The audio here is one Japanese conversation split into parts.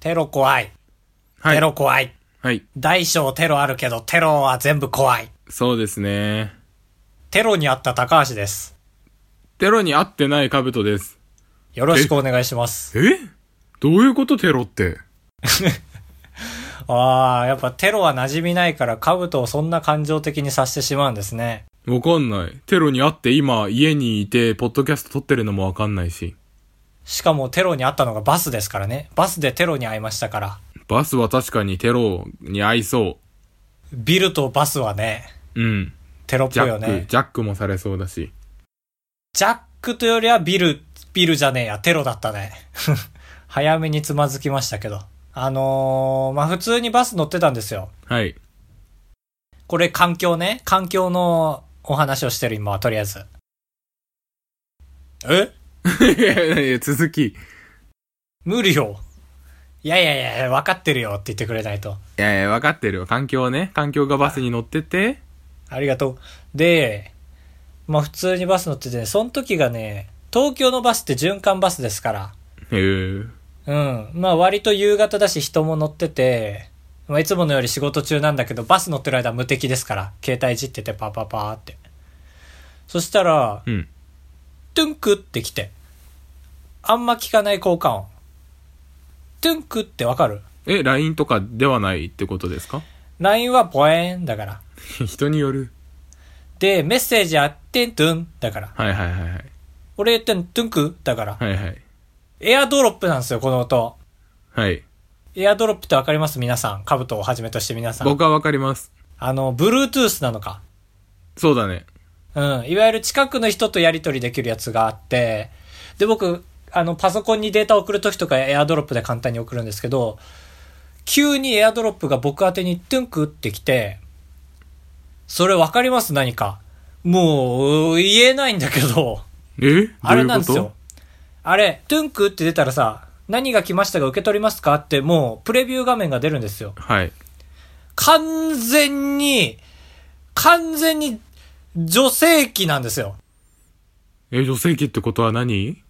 テロ怖い。はいテロ怖い。はい。大小テロあるけど、テロは全部怖い。そうですね。テロにあった高橋です。テロに合ってないカブトです。よろしくお願いします。えどういうことテロって。ああ、やっぱテロは馴染みないから、兜をそんな感情的にさせてしまうんですね。わかんない。テロに合って今家にいて、ポッドキャスト撮ってるのもわかんないし。しかもテロにあったのがバスですからね。バスでテロに遭いましたから。バスは確かにテロに合いそビルとバスはね、う。うん。テロっジぽいャッよク、ね。ジャックもされそうだし。ジャックとよりはビル、ビルじゃねえや、テロだったね。 早めにつまずきましたけど。あのー、まあ、普通にバス乗ってたんですよ。はい。 これ環境ね。環境のお話をしてる今はとりあえず。えいやいやいや続き。い無理よ。いやいやいや、分かってるよって言ってくれないと。やいや、わかってるよ。環境ね。環境がバスに乗ってて。ありがとう。で、まあ普通にバス乗ってて、その時がね、東京のバスって循環バスですから、へえ。うん。まあ割と夕方だし人も乗ってて、まあいつものより仕事中なんだけど、バス乗ってる間は無敵ですから、携帯いじっててパーパーパーって。そしたら、うん。トゥンクって来て。あんま聞かない効果音。トゥンクってわかるえ、LINE とかではないってことですか ?LINE はポエーンだから。 人による。で、メッセージあってんトゥンだから。はいはいはいはい。俺言ってんのトゥンクだから。はいはい。エアドロップなんですよ、この音。はい。エアドロップってわかります皆さん。カブトをはじめとして皆さん。僕はわかります。あの、Bluetooth なのか。そうだね。うん。いわゆる近くの人とやり取りできるやつがあって、で、僕、あの、パソコンにデータ送るときとかエアドロップで簡単に送るんですけど、急にエアドロップが僕宛てにトゥンクってきて、それわかります何か。もう、言えないんだけど、えあれなんですどういうよ。あれ、トゥンクって出たらさ、何が来ましたが受け取りますかってもう、プレビュー画面が出るんですよ。ことはい。完全に、完全に、女性器なんですよ。え、女性器ってことは何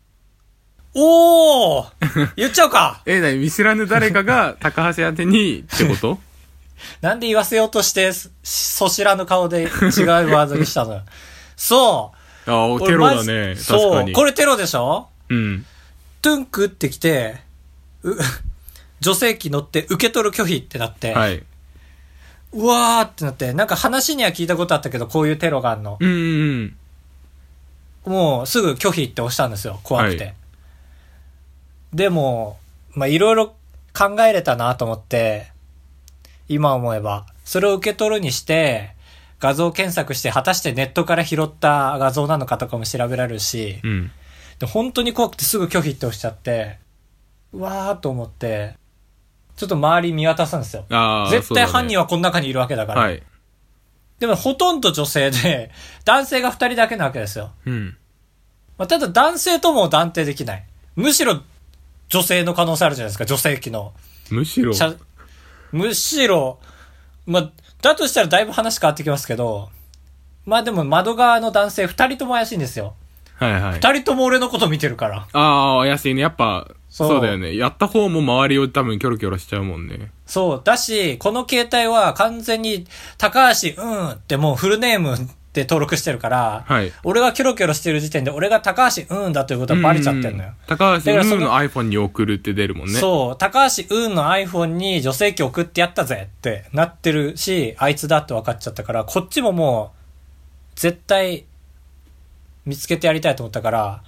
おー言っちゃうかえ、何見知らぬ誰か が高橋宛てにってこと なんで言わせようとして、そそしらぬ顔で違うワードにしたのよ。 そう ああ、テロだね。マジ確かそう。に。これテロでしょうん。トゥンクってきて、う 女性器乗って受け取る拒否ってなって、はい。うわーってなって、なんか話には聞いたことあったけど、こういうテロがあるの。うんうんうん。もうすぐ拒否って押したんですよ。怖くて。はいでも、まあ、いろいろ考えれたなと思って、今思えば。それを受け取るにして、画像検索して、果たしてネットから拾った画像なのかとかも調べられるし、うん。で本当に怖くてすぐ拒否って押しちゃって、うわーと思って、ちょっと周り見渡したんですよ。ああ、絶対犯人は。はこの中にいるわけだから。はい。でもほとんど女性で、男性が二人だけなわけですよ。うん。まあ、ただ男性とも断定できない。むしろ女性の可能性あるじゃないですか、女性機能。むしろ。しゃむしろ、まあ、だとしたらだいぶ話変わってきますけど、まあでも窓側の男性二人とも怪しいんですよ。はいはい。二人とも俺のこと見てるから。ああ、怪しいね。やっぱ、そうそうだよね。やった方も周りを多分キョロキョロしちゃうもんね。そう。だし、この携帯は完全に高橋うんってもうフルネームで登録してるから、はい。俺がキョロキョロしてる時点で俺が高橋うんだということはバレちゃってんのよ。う。高橋だからそ優のの iPhone に送るって出るもんね。そう、高橋うんの iPhone に女性器送ってやったぜってなってるし、あいつだって分かっちゃったから、こっちももう、絶対、見つけてやりたいと思ったから、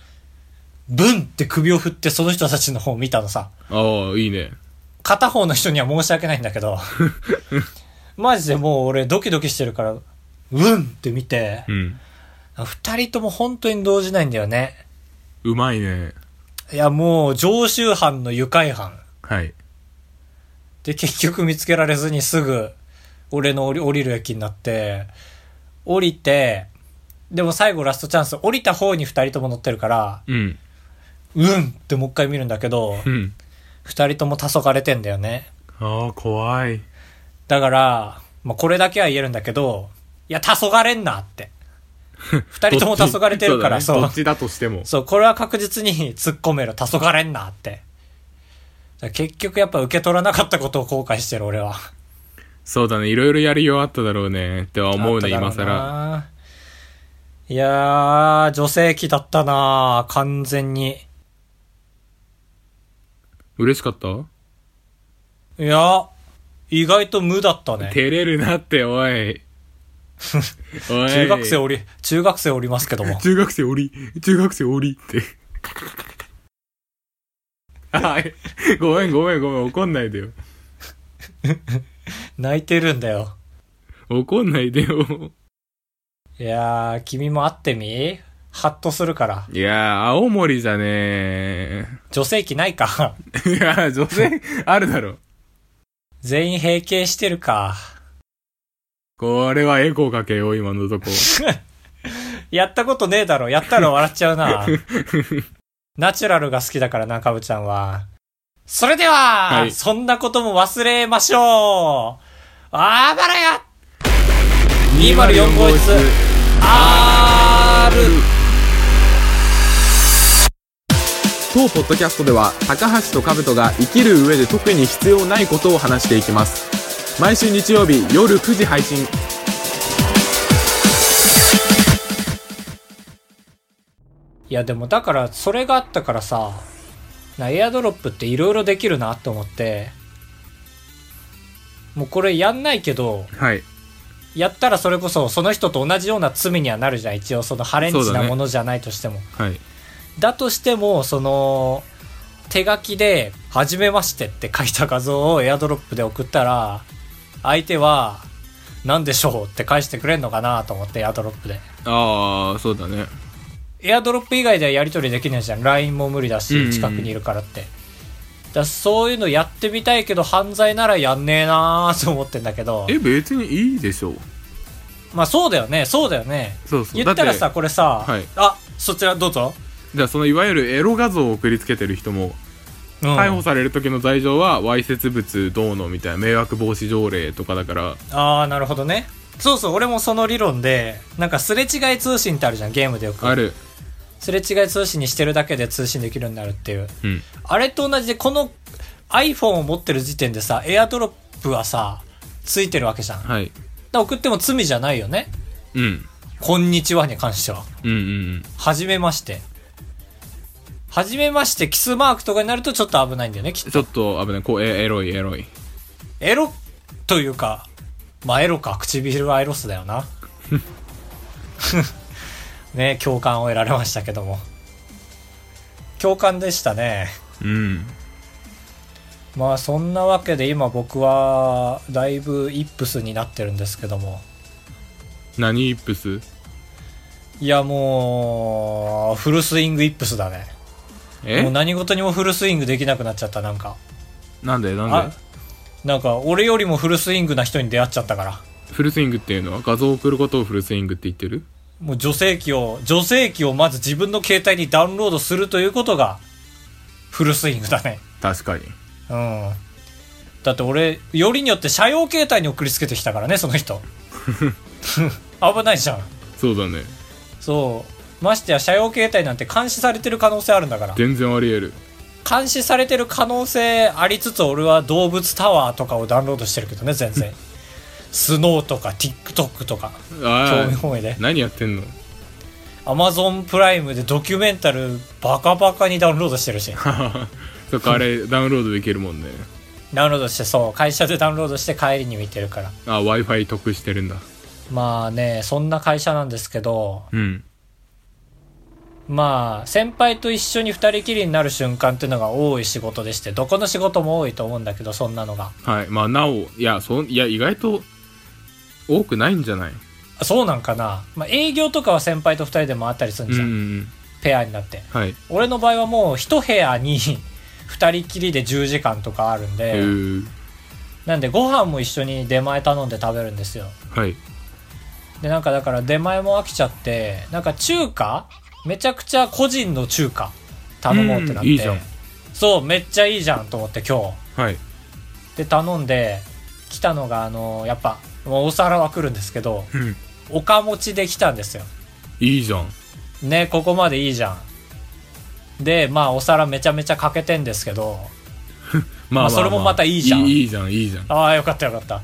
ブンって首を振ってその人たちの方を見たのさ。ああ、いいね。片方の人には申し訳ないんだけど、マジでもう俺ドキドキしてるから、うんって見て、うん。二人とも本当に動じないんだよね。うまいね。いやもう常習犯の愉快犯。はい。で、結局見つけられずにすぐ、俺の降り降りる駅になって、降りて、でも最後ラストチャンス、降りた方に二人とも乗ってるから、うん。うんってもう一回見るんだけど、うん。二人とも黄昏れてんだよね。ああ、怖い。だから、まあ、これだけは言えるんだけど、いや、黄昏れんなって。二人とも黄昏れてるから、どっちそうどっ。ちだとしても。そう、これは確実に突っ込める、黄昏れんなって。から結局やっぱ受け取らなかったことを後悔してる俺は。そうだね。いろいろやりようあっただろうね。っては思うね、あ今っただろう更。ないやー、女性期だったな完全に。嬉しかったいや、意外と無だったね。照れるなって、お い。おい。中学生おり、中学生おりますけど も。中学生おり、中学生おりって。はい。ごめんごめんごめん、怒んないでよ。泣いてるんだよ。怒んないでよ。いやー、君も会ってみハッとするから。いやー、青森じゃね女性期ないか。 ー。いやー、女性、あるだろ。全員閉経してるか。これはエコーかけよう、今のとこ。やったことねえだろ。やったら笑っちゃうな。 ナチュラルが好きだからな、かぶちゃんは。それでは、はいそんなことも忘れましょうあばらや !204 号室 R! 当ポッドキャストでは高橋と兜が生きる上で特に必要ないことを話していきます毎週日曜日夜9時配信いやでもだからそれがあったからさなエアドロップっていろいろできるなと思ってもうこれやんないけどはい。やったらそれこそその人と同じような罪にはなるじゃん一応そのハレンチそうだなねものじゃないとしてもだ,、はい。としてもその手書きで「はじめまして」って書いた画像をエアドロップで送ったら相手は「何でしょう?」って返してくれんのかなと思ってエアドロップであー、そうだね。エアドロップ以外ではやり取りできないじゃん LINE も無理だうんうんうしん近くにいるからって、だからそういうのやってみたいけど犯罪ならやんねえなーと思ってんだけどえ、別にいいでしょう。まあそうだよねそうだよねそうそう。言ったらださって、これさ、はいあそちらどうぞじゃあそのいわゆるエロ画像を送りつけてる人も、うん逮捕される時の罪状は、わいせつ物どうのみたいな迷惑防止条例とかだから、ああなるほどねそうそう俺もその理論でなんかすれ違い通信ってあるじゃんゲームでよくある。すれ違い通信にしてるだけで通信できるようになるっていううん。あれと同じでこの iPhone を持ってる時点でさエアドロップはさついてるわけじゃんはい。だから送っても罪じゃないよね。うん。こんにちはに関しては。うんうんはじめまして。はじめまして、キスマークとかになるとちょっと危ないんだよね、きっうん。と。ちょっと危ない。こう、えエロい、エロい。エロというか、まあエロか、唇はエロスだよな。 ね共感を得られましたけども。共感でしたね。うん。まあそんなわけで今僕は、だいぶイップスになってるんですけども。何イップスいやもう、フルスイングイップスだね。もえう何事にもフルスイングできなくなっちゃったなんかなんでなんあでなんか俺よりもフルスイングな人に出会っちゃったからフルスイングっていうのは画像を送ることをフルスイングって言ってるもう女性器を女性器をまず自分の携帯にダウンロードするということがフルスイングだね確かに。うんだって俺よりによって社用携帯に送りつけてきたからねその人危ないじゃんそうだね。そうましてや社用携帯なんて監視されてる可能性あるんだから全然あり得る。監視されてる可能性ありつつ俺は動物タワーとかをダウンロードしてるけどね全然スノーとか TikTok とか興あ味あ。本位で何やってんの Amazon プライムでドキュメンタルバカバカにダウンロードしてる しそっか、あれ、ダウンロードできるもんね。ダウンロードしてそう会社でダウンロードして帰りに見てるからあ、Wi-Fi 得してるんだ。まあねそんな会社なんですけどうん。まあ先輩と一緒に二人きりになる瞬間っていうのが多い仕事でしてどこの仕事も多いと思うんだけどそんなのがはい。まあ、なお、いや、そん、いや、意外と、多くないんじゃないあそうなんかな、まあ、営業とかは先輩と二人で回ったりするんうんじうゃん、ん。ペアになってはい。俺の場合はもう一部屋に 二人きりで10時間とかあるんで、えー。なんでご飯も一緒に出前頼んで食べるんですよはい。でなんかだから出前も飽きちゃってなんか中華めちゃくちゃ個人の中華頼もうってなってうんいいじゃんそうめっちゃいいじゃんと思って今はい。日で頼んで来たのがあのやっぱもうお皿は来るんですけどうん。おか持ちで来たんですよいいじゃん。ねここまでいいじゃんでまあお皿めちゃめちゃかけてんですけどまあそれもまたいいじゃんいいいいじゃん、いいじゃん。ああよかったよかった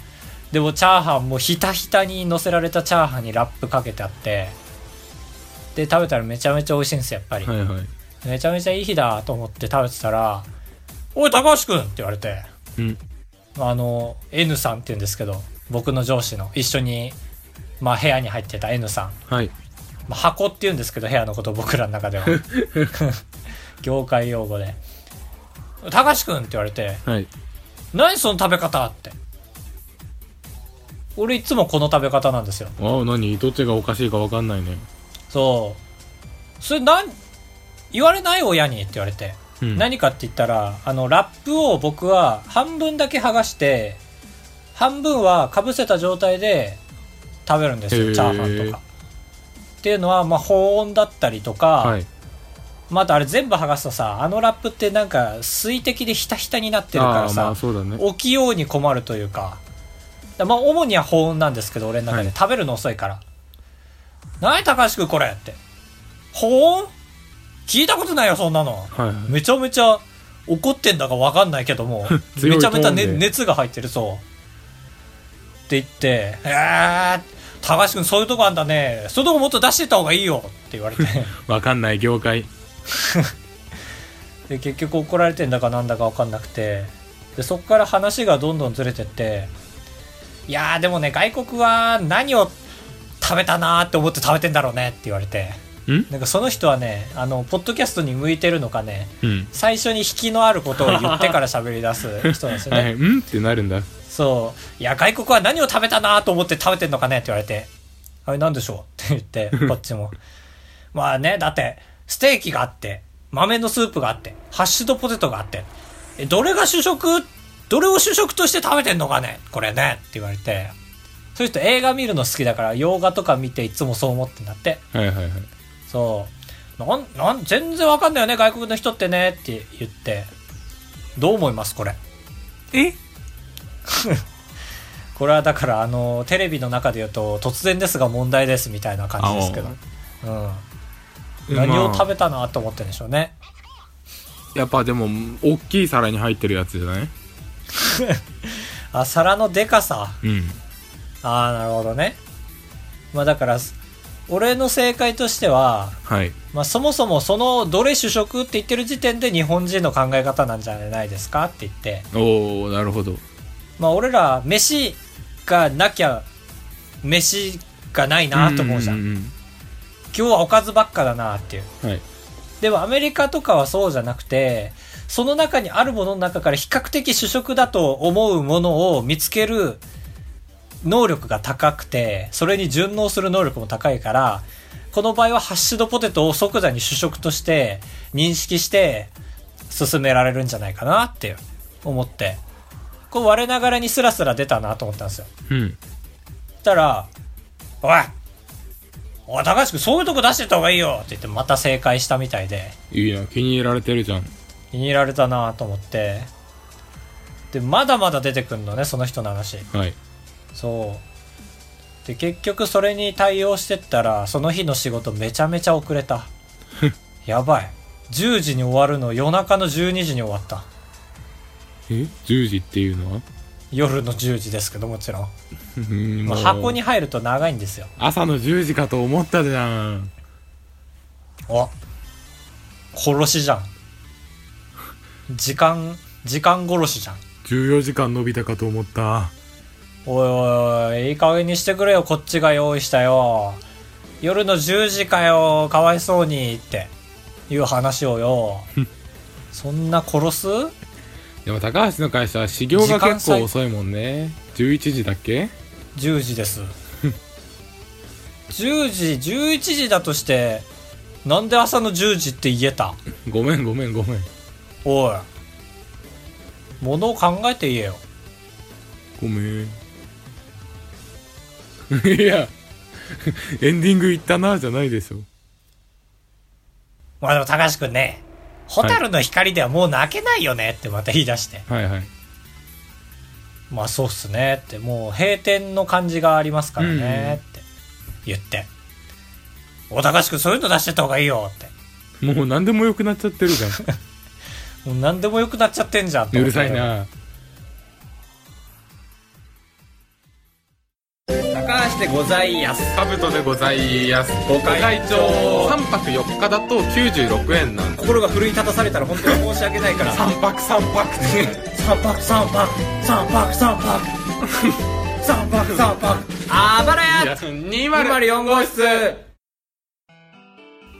でもチャーハンもひたひたに乗せられたチャーハンにラップかけてあってで食べたらめちゃめちゃ美味しいんですよやっぱり、はいはい。めちゃめちゃいい日だと思って食べてたら「おい高橋君!」って言われてうん。あの N さんって言うんですけど僕の上司の一緒に、まあ、部屋に入ってた N さん、はい。まあ、箱って言うんですけど部屋のことを僕らの中では業界用語で「高橋君!」って言われてはい。 「何その食べ方!」って俺いつもこの食べ方なんですよああ、何どっちがおかしいかわかんないね。そうそれ何言われない親にって言われてうん。何かって言ったらあのラップを僕は半分だけ剥がして半分はかぶせた状態で食べるんですへよーチャーハンとか。っていうのは、まあ、保温だったりとか、はい。まあ、あとあれ全部剥がすとさあのラップってなんか水滴でひたひたになってるかあらあ、さ、まあそうだね。起きように困るというかだまあ主には保温なんですけど俺の中で、はい食べるの遅いから「何高橋君これ」って「保温聞いたことないよそんなの」はいはい。めちゃめちゃ怒ってんだかわかんないけども 強めいちトーゃンめちゃ、ね、で熱が入ってるそうって言って「えー、高橋君そういうとこあんだねそういうとこもっと出してった方がいいよ」って言われて わかんない業界。で結局怒られてんだかなんだかわかんなくてでそっから話がどんどんずれてって「いやーでもね外国は何を食べたなーって思って食べてんだろうね」って言われてんなんかその人はねあのポッドキャストに向いてるのかねうん。最初に引きのあることを言ってから喋り出す 人なんですよはね、い。うんってなるんだ。そう「いや外国は何を食べたなと思って食べてんのかね」って言われて「あれ何でしょう?」って 言ってこっちもまあねだってステーキがあって豆のスープがあってハッシュドポテトがあってえどれが主食どれを主食として食べてんのかねこれねって言われてそういう人映画見るの好きだから洋画とか見ていつもそう思ってんだってはいはいはい。そう。なん、なん、全然わかんないよね、外国の人ってね、って言って。どう思いますこれ。え これはだから、あの、テレビの中で言うと、突然ですが問題ですみたいな感じですけど。うん。何を食べべたなと思ってるんでしょうね。やっぱでも、大きい皿に入ってるやつじゃないあ、皿のでかさ。うん。ああ、なるほどね。まあだから、俺の正解としては、はい。まあ、そもそもそのどれ主食って言ってる時点で日本人の考え方なんじゃないですかって言って、おー、なるほど。まあ俺ら飯がなきゃ飯がないなと思うじゃんううん今日はおかずばっかだなっていううん。はい。でもアメリカとかはそうじゃなくてその中にあるものの中から比較的主食だと思うものを見つける能力が高くてそれに順応する能力も高いからこの場合はハッシュドポテトを即座に主食として認識して進められるんじゃないかなって思ってこう我ながらにスラスラ出たなと思ったんですようん。ったら、おいおい、高橋君、そういうとこ出してった方がいいよって言って、また正解したみたいで、いいな、気に入られてるじゃん。気に入られたなと思って、で、まだまだ出てくんのね、その人の話。はい。そう。で、結局それに対応してったら、その日の仕事めちゃめちゃ遅れた。やばい。10時に終わるの、夜中の12時に終わった。え ?10 時っていうのは夜の10時ですけど、もちろん。う んまあ、もう箱に入ると長いんですよ。朝の10時かと思ったじゃん。あ殺しじゃん時間時間殺しじゃん14時間伸びたかと思った。おいおいおいいい加減にしてくれよこっちが用意したよ夜の10時かよかわいそうにっていう話をよそんな殺すでも高橋の会社は始業が結構遅いもんね。11時だっけ ?10 時です10時11時だとしてなんで朝の10時って言えたごめんごめんごめん。おいものを考えて言えよごめん。 いや、エンディングいったなじゃないでしょ。まあでも高橋くんね、ホタルの光ではもう泣けないよねってまた言い出して、はいはい。まあそうっすねって、もう閉店の感じがありますからねって言って、お高橋くんそういうの出してった方がいいよって。 もう何でもよくなっちゃってるじゃん。もう何でも良くなっちゃってんじゃんとう思っるてさいな高橋でございやすカブトでございやすご会長3泊4日だと96円なんです心が奮い立たされたら本当に申し訳ないから3泊3泊って三泊三泊三泊三泊三泊三泊あばらや204号室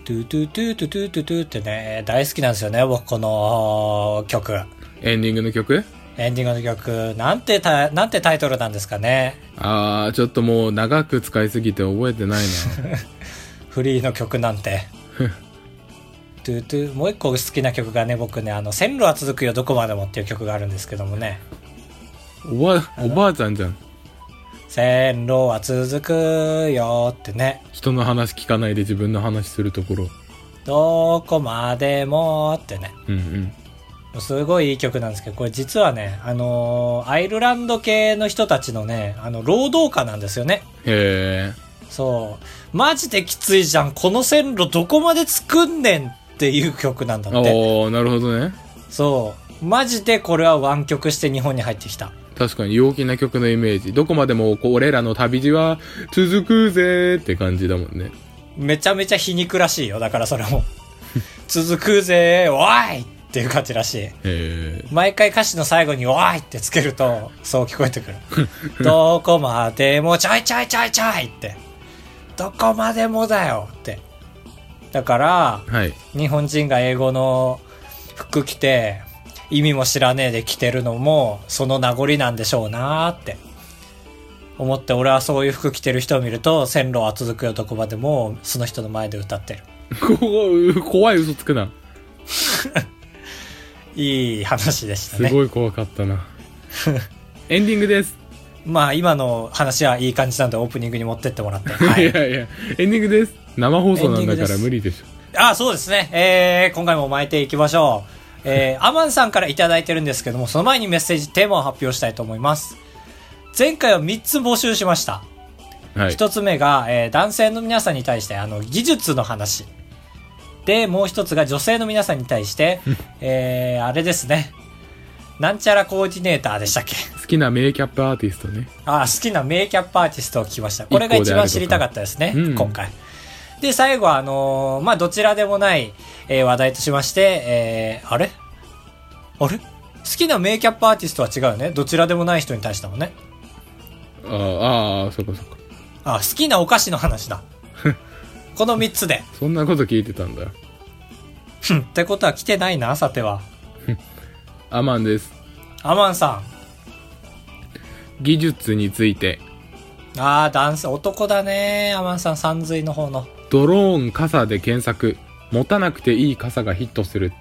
トゥトゥトゥトゥトゥトゥトゥってね大好きなんですよね僕この曲エンディングの曲エンディングの曲なんてタイなんてタイトルなんですかねあーちょっともう長く使いすぎて覚えてないなフリーの曲なんてトゥトゥもう一個好きな曲がね僕ねあの「線路は続くよどこまでも」っていう曲があるんですけどもねおばおばあちゃんじゃん「線路は続くよ」ってね人の話聞かないで自分の話するところ「どこまでも」ってねうんうんすごいいい曲なんですけどこれ実はねあのーアイルランド系の人たちのねあの労働歌なんですよねへえそうマジできついじゃんこの線路どこまで作んねんっていう曲なんだってああなるほどねそうマジでこれは湾曲して日本に入ってきた確かに陽気な曲のイメージどこまでもこう俺らの旅路は続くぜーって感じだもんねめちゃめちゃ皮肉らしいよだからそれも 続くぜおいっていう感じらしいへ毎回歌詞の最後に「おい!」ってつけるとそう聞こえてくるどこまでもちょいちょいちょいちょいってどこまでもだよってだからえはい 日本人が英語の服着て意味も知らねえで着てるのもその名残なんでしょうなーって思って俺はそういう服着てる人を見ると線路は続くよどこまでもその人の前で歌ってるこう怖い嘘つくないい話でしたすねごい怖かったなエンディングです、、まあ今の話はいい感じなんでオープニングに持ってってもらって、はい い、やいやエンディングです生放送なエンんディングだでかすら無理でしょあそうですね、えー今回も巻いていきましょう、えー、アマンさんから頂いただいてるんですけどもその前にメッセージテーマを発表したいと思います前回は3つ募集しましたはい一つ目が、えー男性の皆さんに対してあの技術の話でもう一つが女性の皆さんに対して、えーあれですねなんちゃらコーディネーターでしたっけ好きな名キャップアーティストねあー好きなメイキャップアーティストを聞きましたこれが一個で一ある番とか知りたかったですね、うん今回で最後はあのーまあどちらでもない、えー話題としまして、えーあれあれ好きなメイキャップアーティストは違うよねどちらでもない人に対してもねあーあーそっかそっかあ好きなお菓子の話 だこの3つでそんなこと聞いてたんだうんってことは来てないな、さては。アマンですアマンさ技術についてん。ああ、男性、男だね。アマンさん、山水の方の。ドローン傘で検索持たなくていい傘がヒットする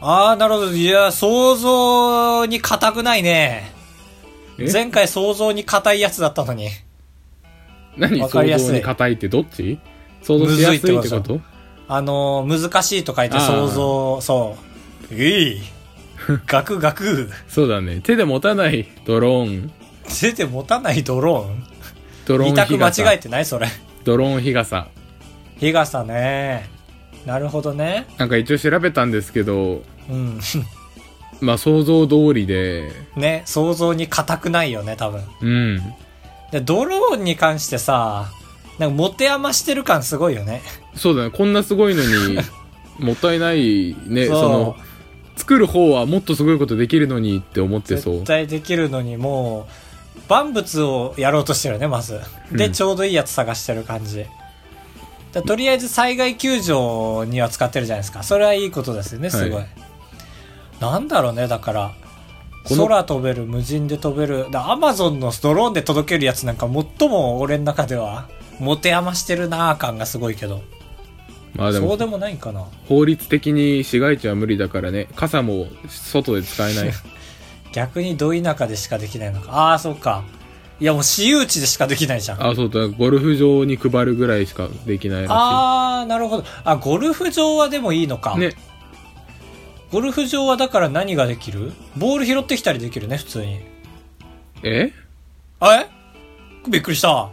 ああ、なるほど。いや、想像に固くないね。え前回想像に固いやつだったのに。何わ想かりやすい像に硬いってどっち想像しやすいってむずいこってとあのー難しいと書いてあー想像、そう。 いい。ガクガク。そうだね手で持たないドローン手で持たないドローン。ドロー二ン択日間違え傘てないそれ。ドローン日傘日傘ね。なるほどね。なんか一応調べたんですけどうん。 まあ想像通りでね、想像に固くないよね、多分。うんでドローンに関してさなんか持て余してる感すごいよねそうだねこんなすごいの にもったいないねそそうの作る方はもっとすごいことできるのにって思ってそ絶う対できるのにもう万物をやろうとしてるよねまずで、うんちょうどいいやつ探してる感じだとりあえず災害救助には使ってるじゃないですかそれはいいことですよねすごい、はいなんだろうねだからこの空飛べる無人で飛べるだアマゾンのドローンで届けるやつなんか最も俺の中では持て余してるなあ感がすごいけどまあでそうもでもないんかな法律的に市街地は無理だからね傘も外で使 えない逆にど田舎でしかできないのかああそうかいやもう私有地でしかできないじゃんああそうだゴルフ場に配るぐらいしかできないらあーなるほどあゴルフ場はでもいいのしか、いねゴルフ場はだから何ができるボール拾ってきたりできるね普通にえあえびっくりした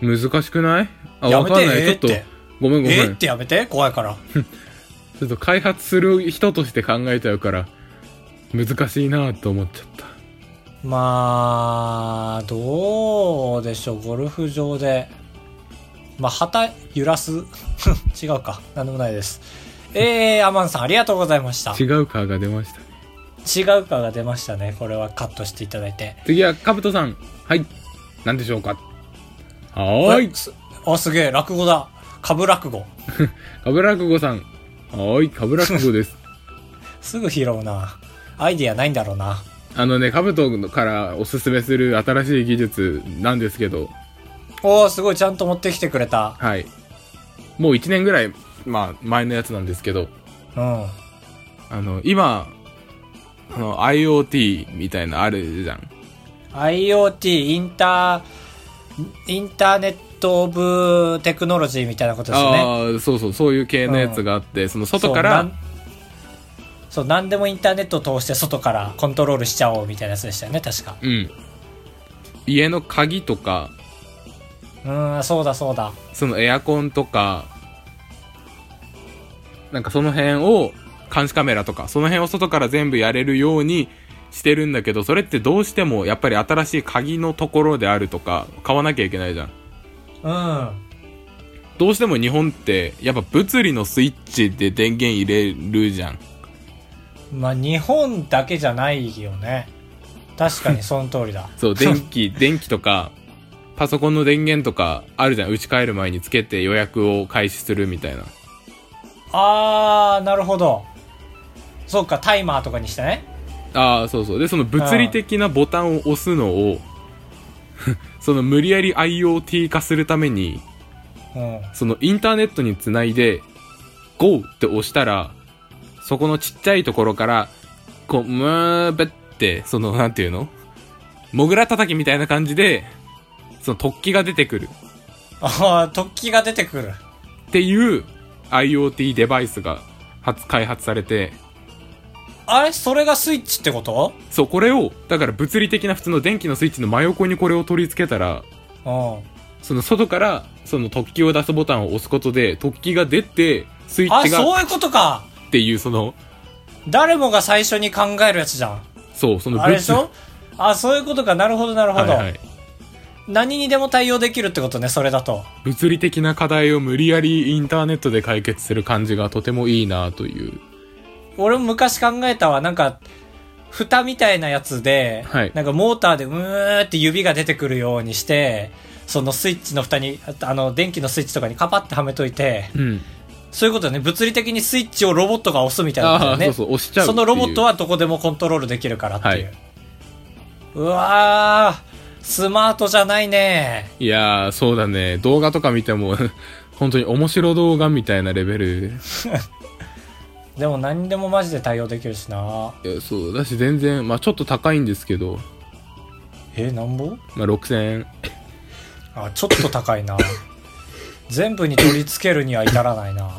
難しくないあやわめかんてないえーっちょっとてごめんごめえーっんてやめて怖いからちょっと開発する人として考えちゃうから、難しいなと思っちゃった。まあ、どうでしょう、ゴルフ場で。まあ、旗揺らす。 違うか。なんでもないです。えー、アマンさん、ありがとうございました。違うカーが出ました。違うかが出ましたね。これはカットしていただいて。次は、カブトさん。はい。何でしょうかはーい。す。あ、すげえ、落語だ。株落語。カブラクゴさん。はーい、カブラクゴです。すぐ拾うな。アイディアないんだろうな。あのね、カブトからおすすめする新しい技術なんですけど、おー、すごい、ちゃんと持ってきてくれた。はい。もう1年ぐらい、まあ、前のやつなんですけど、うん。あの、今、あの、IoT みたいなあるじゃん。 IoT、インター、インターネット・オブ・テクノロジーみたいなことですよね。ああ、そうそう、そういう系のやつがあって、その外かそうならん、そう何でもインターネットを通して外からコントロールしちゃおうみたいなやつでしたよね確かうん。家の鍵とか、うーんそうだそうだそのエアコンとか、なんかその辺を、監視カメラとか、その辺を外から全部やれるようにしてるんだけど、それってどうしてもやっぱり新しい鍵のところであるとか、買わなきゃいけないじゃん。うんどうしても日本って、やっぱ物理のスイッチで電源入れるじゃん。まあ日本だけじゃないよね確 かにその通りだそう、電気、電気とか、パソコンの電源とかあるじゃん。家帰る前につけて予約を開始するみたいな。あーなるほどそうかタイマーとかにしてねああ、そうそう。で、その物理的なボタンを押すのを、 その無理やり IoT 化するために、うんそのインターネットにつないで、GO って押したら、そこのちっちゃいところから、こう、ムーブって、その、なんていうのモグラ叩きみたいな感じで、その突起が出てくるああ突起が出てくるっていう IoT デバイスが発開発されて、あれそれがスイッチってことそう、これを、だから物理的な普通の電気のスイッチの真横にこれを取り付けたら、うんその外からその突起を出すボタンを押すことで突起が出てスイッあチがそういうことかっていうその誰もが最初に考えるやつじゃんそうそのあれでしょあそういうことかなるほどなるほはいど、はい、何にでも対応できるってことねそれだと物理的な課題を無理やりインターネットで解決する感じがとてもいいなという俺も昔考えたわなんか蓋みたいなやつで、はいなんかモーターでうーって指が出てくるようにしてそのスイッチの蓋にああの電気のスイッチとかにカパッてはめといてうんそういうことね物理的にスイッチをロボットが押すみたいなことあだあよねーそうそう押しちゃうっていそうのロボットはどこでもコントロールできるからっていう、はいうわースマートじゃないねいやーそうだね動画とか見ても 本当に面白動画みたいなレベルでも何でもマジで対応できるしないやそうだし全然まあちょっと高いんですけど、えなんぼまあ、6000円あちょっと高い な全部に取り付けるには至らないな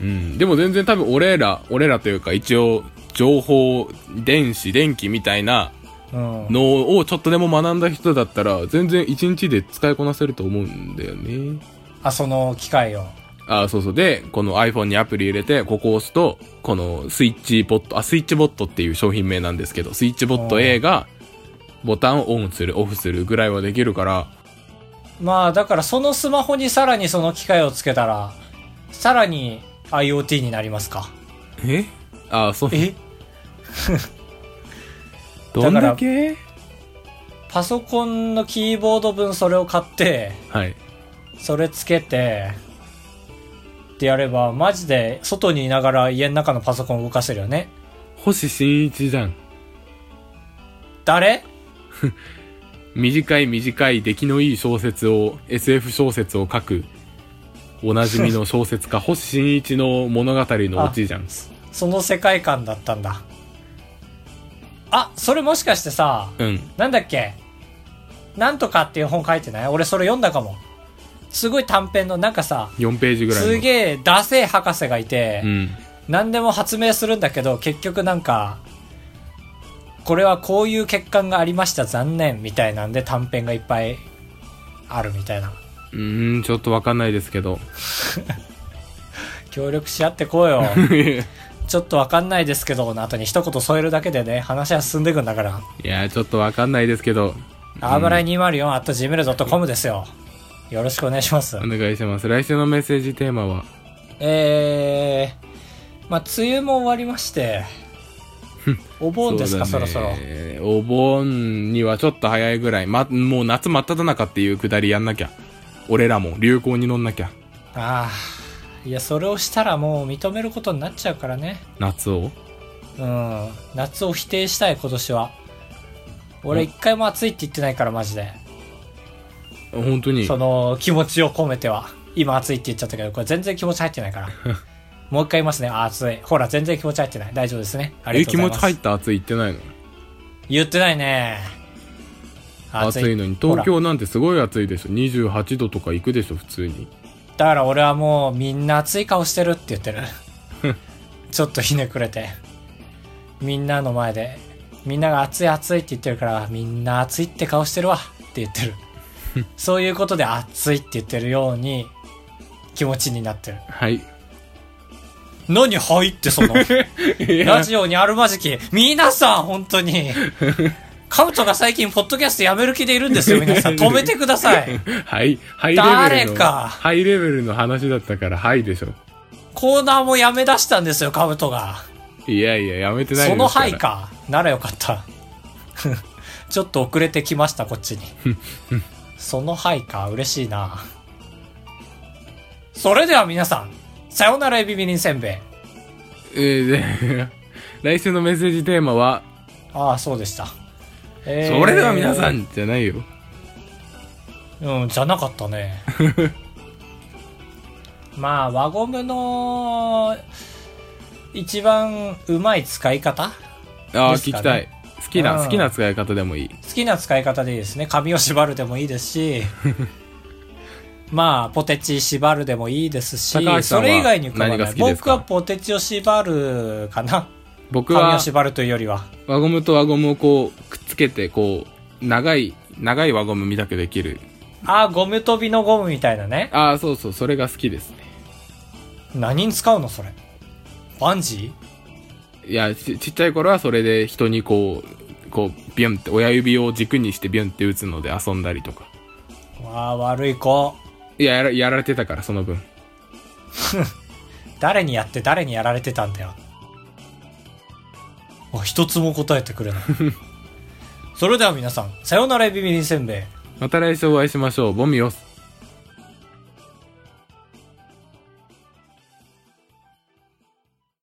うん、でも全然多分俺ら、俺らというか一応、情報、電子、電気みたいなうんのをちょっとでも学んだ人だったら、全然一日で使いこなせると思うんだよね。あその機械をあ、そうそう。で、この iPhone にアプリ入れて、ここを押すと、このスイッチボット、あ、スイッチボットっていう商品名なんですけど、スイッチボット A が、ボタンをオンする、オフするぐらいはできるから、まあだからそのスマホにさらにその機械をつけたらさらに IoT になりますかえあ、そう。えどんだけパソコンのキーボード分それを買ってはい。それつけてってやればマジで外にいながら家の中のパソコンを動かせるよね星新一じゃん。誰短い短い出来のいい小説を SF 小説を書くおなじみの小説家星新一の物語のオチじゃんその世界観だったんだあそれもしかしてさうんなんだっけなんとかっていう本書いてない俺それ読んだかも。すごい短編の、なんかさ、 4ページぐらいのすげえダセえ博士がいて、うん何でも発明するんだけど、結局なんか、これはこういう欠陥がありました、残念、みたいなんで短編がいっぱいあるみたいな。うーんちょっとわかんないですけど協力し合ってこう よ。いちょっとわかんないですけど、の後に一言添えるだけでね、話は進んでいくんだから。やーちょっとわかんないですけどあばらい204 at gmail.com ですよ。よろしくお願いしますお。願いします来週のメッセージテーマはえー、まあ、梅雨も終わりまして、お盆ですか、そ,、うだろそろ。ねお盆にはちょっと早いぐらい、ま、もう夏真っ只中っていうくだりやんなきゃ俺らも流行に乗んなきゃああ、いや、それをしたらもう認めることになっちゃうからね。夏をうん、夏を否定したい、今年は。俺、うん一回も暑いって言ってないから、マジで。本当にその、気持ちを込めては。今暑いって言っちゃったけど、これ全然気持ち入ってない から。もう一回言いますね。あ、暑い。ほら、全然気持ち入ってない。大丈夫ですね。ありえがと気うござ持ちいます。入った暑いってないの言ってないね。暑いのに東京なんてすごい暑いでしょ28度とか行くでしょ普通にだから俺はもうみんな熱い顔してるって言ってる。ちょっとひねくれて。みんなの前で。みんなが熱い熱いって言ってるから、みんな熱いって顔してるわって言ってる。そういうことで熱いって言ってるように気持ちになってる。はい何入ってその。ラジオにあるまじき。皆さん本当に。カブトが最近ポッドキャストやめる気でいるんですよ皆さん。止めてください。はいハイレベルの誰かハイレベルの話だったからはいでしょコーナーもやめ出したんですよ、カブトが。いやいややめてなそいですからの範囲か。ならよかった。 ちょっと遅れてきました、こっち に。その範囲か、嬉しいな。それでは皆さん、さよならエビビリンせんべい。えーで来週のメッセージテーマはああ、そうでした。 「えーそれでは皆さ。ん」じゃないようん、じゃなかった ね。まあ、輪ゴムの、一番うまい使い方ああ、です聞かきねたい好きなうん好きな使い方でもいい好きな使い方でいいですね。髪を縛るでもいいですし、まあ、ポテチ縛るでもいいです高橋し、そさんはれ以外に浮かば何がない。好きです僕かはポテチを縛るかな。僕髪はを縛るというよりは。輪ゴムと輪ゴムをこうくっつけてこう長い長い輪ゴム見たくできるあー、ゴム跳びのゴムみたいなね。ああそうそうそれが好きですね何に使うのそれ。バンジいやちちっちゃい頃はそれで人にこうこうビュンって親指を軸にしてビュンって打つので遊んだりとかーわあ、悪い子。いややらやられてたからその分誰にやって誰にやられてたんだよ。あ、一つも答えてく れない。それでは皆さん、さよならエビビリンせんべい。また来週お会いしましょうボミオス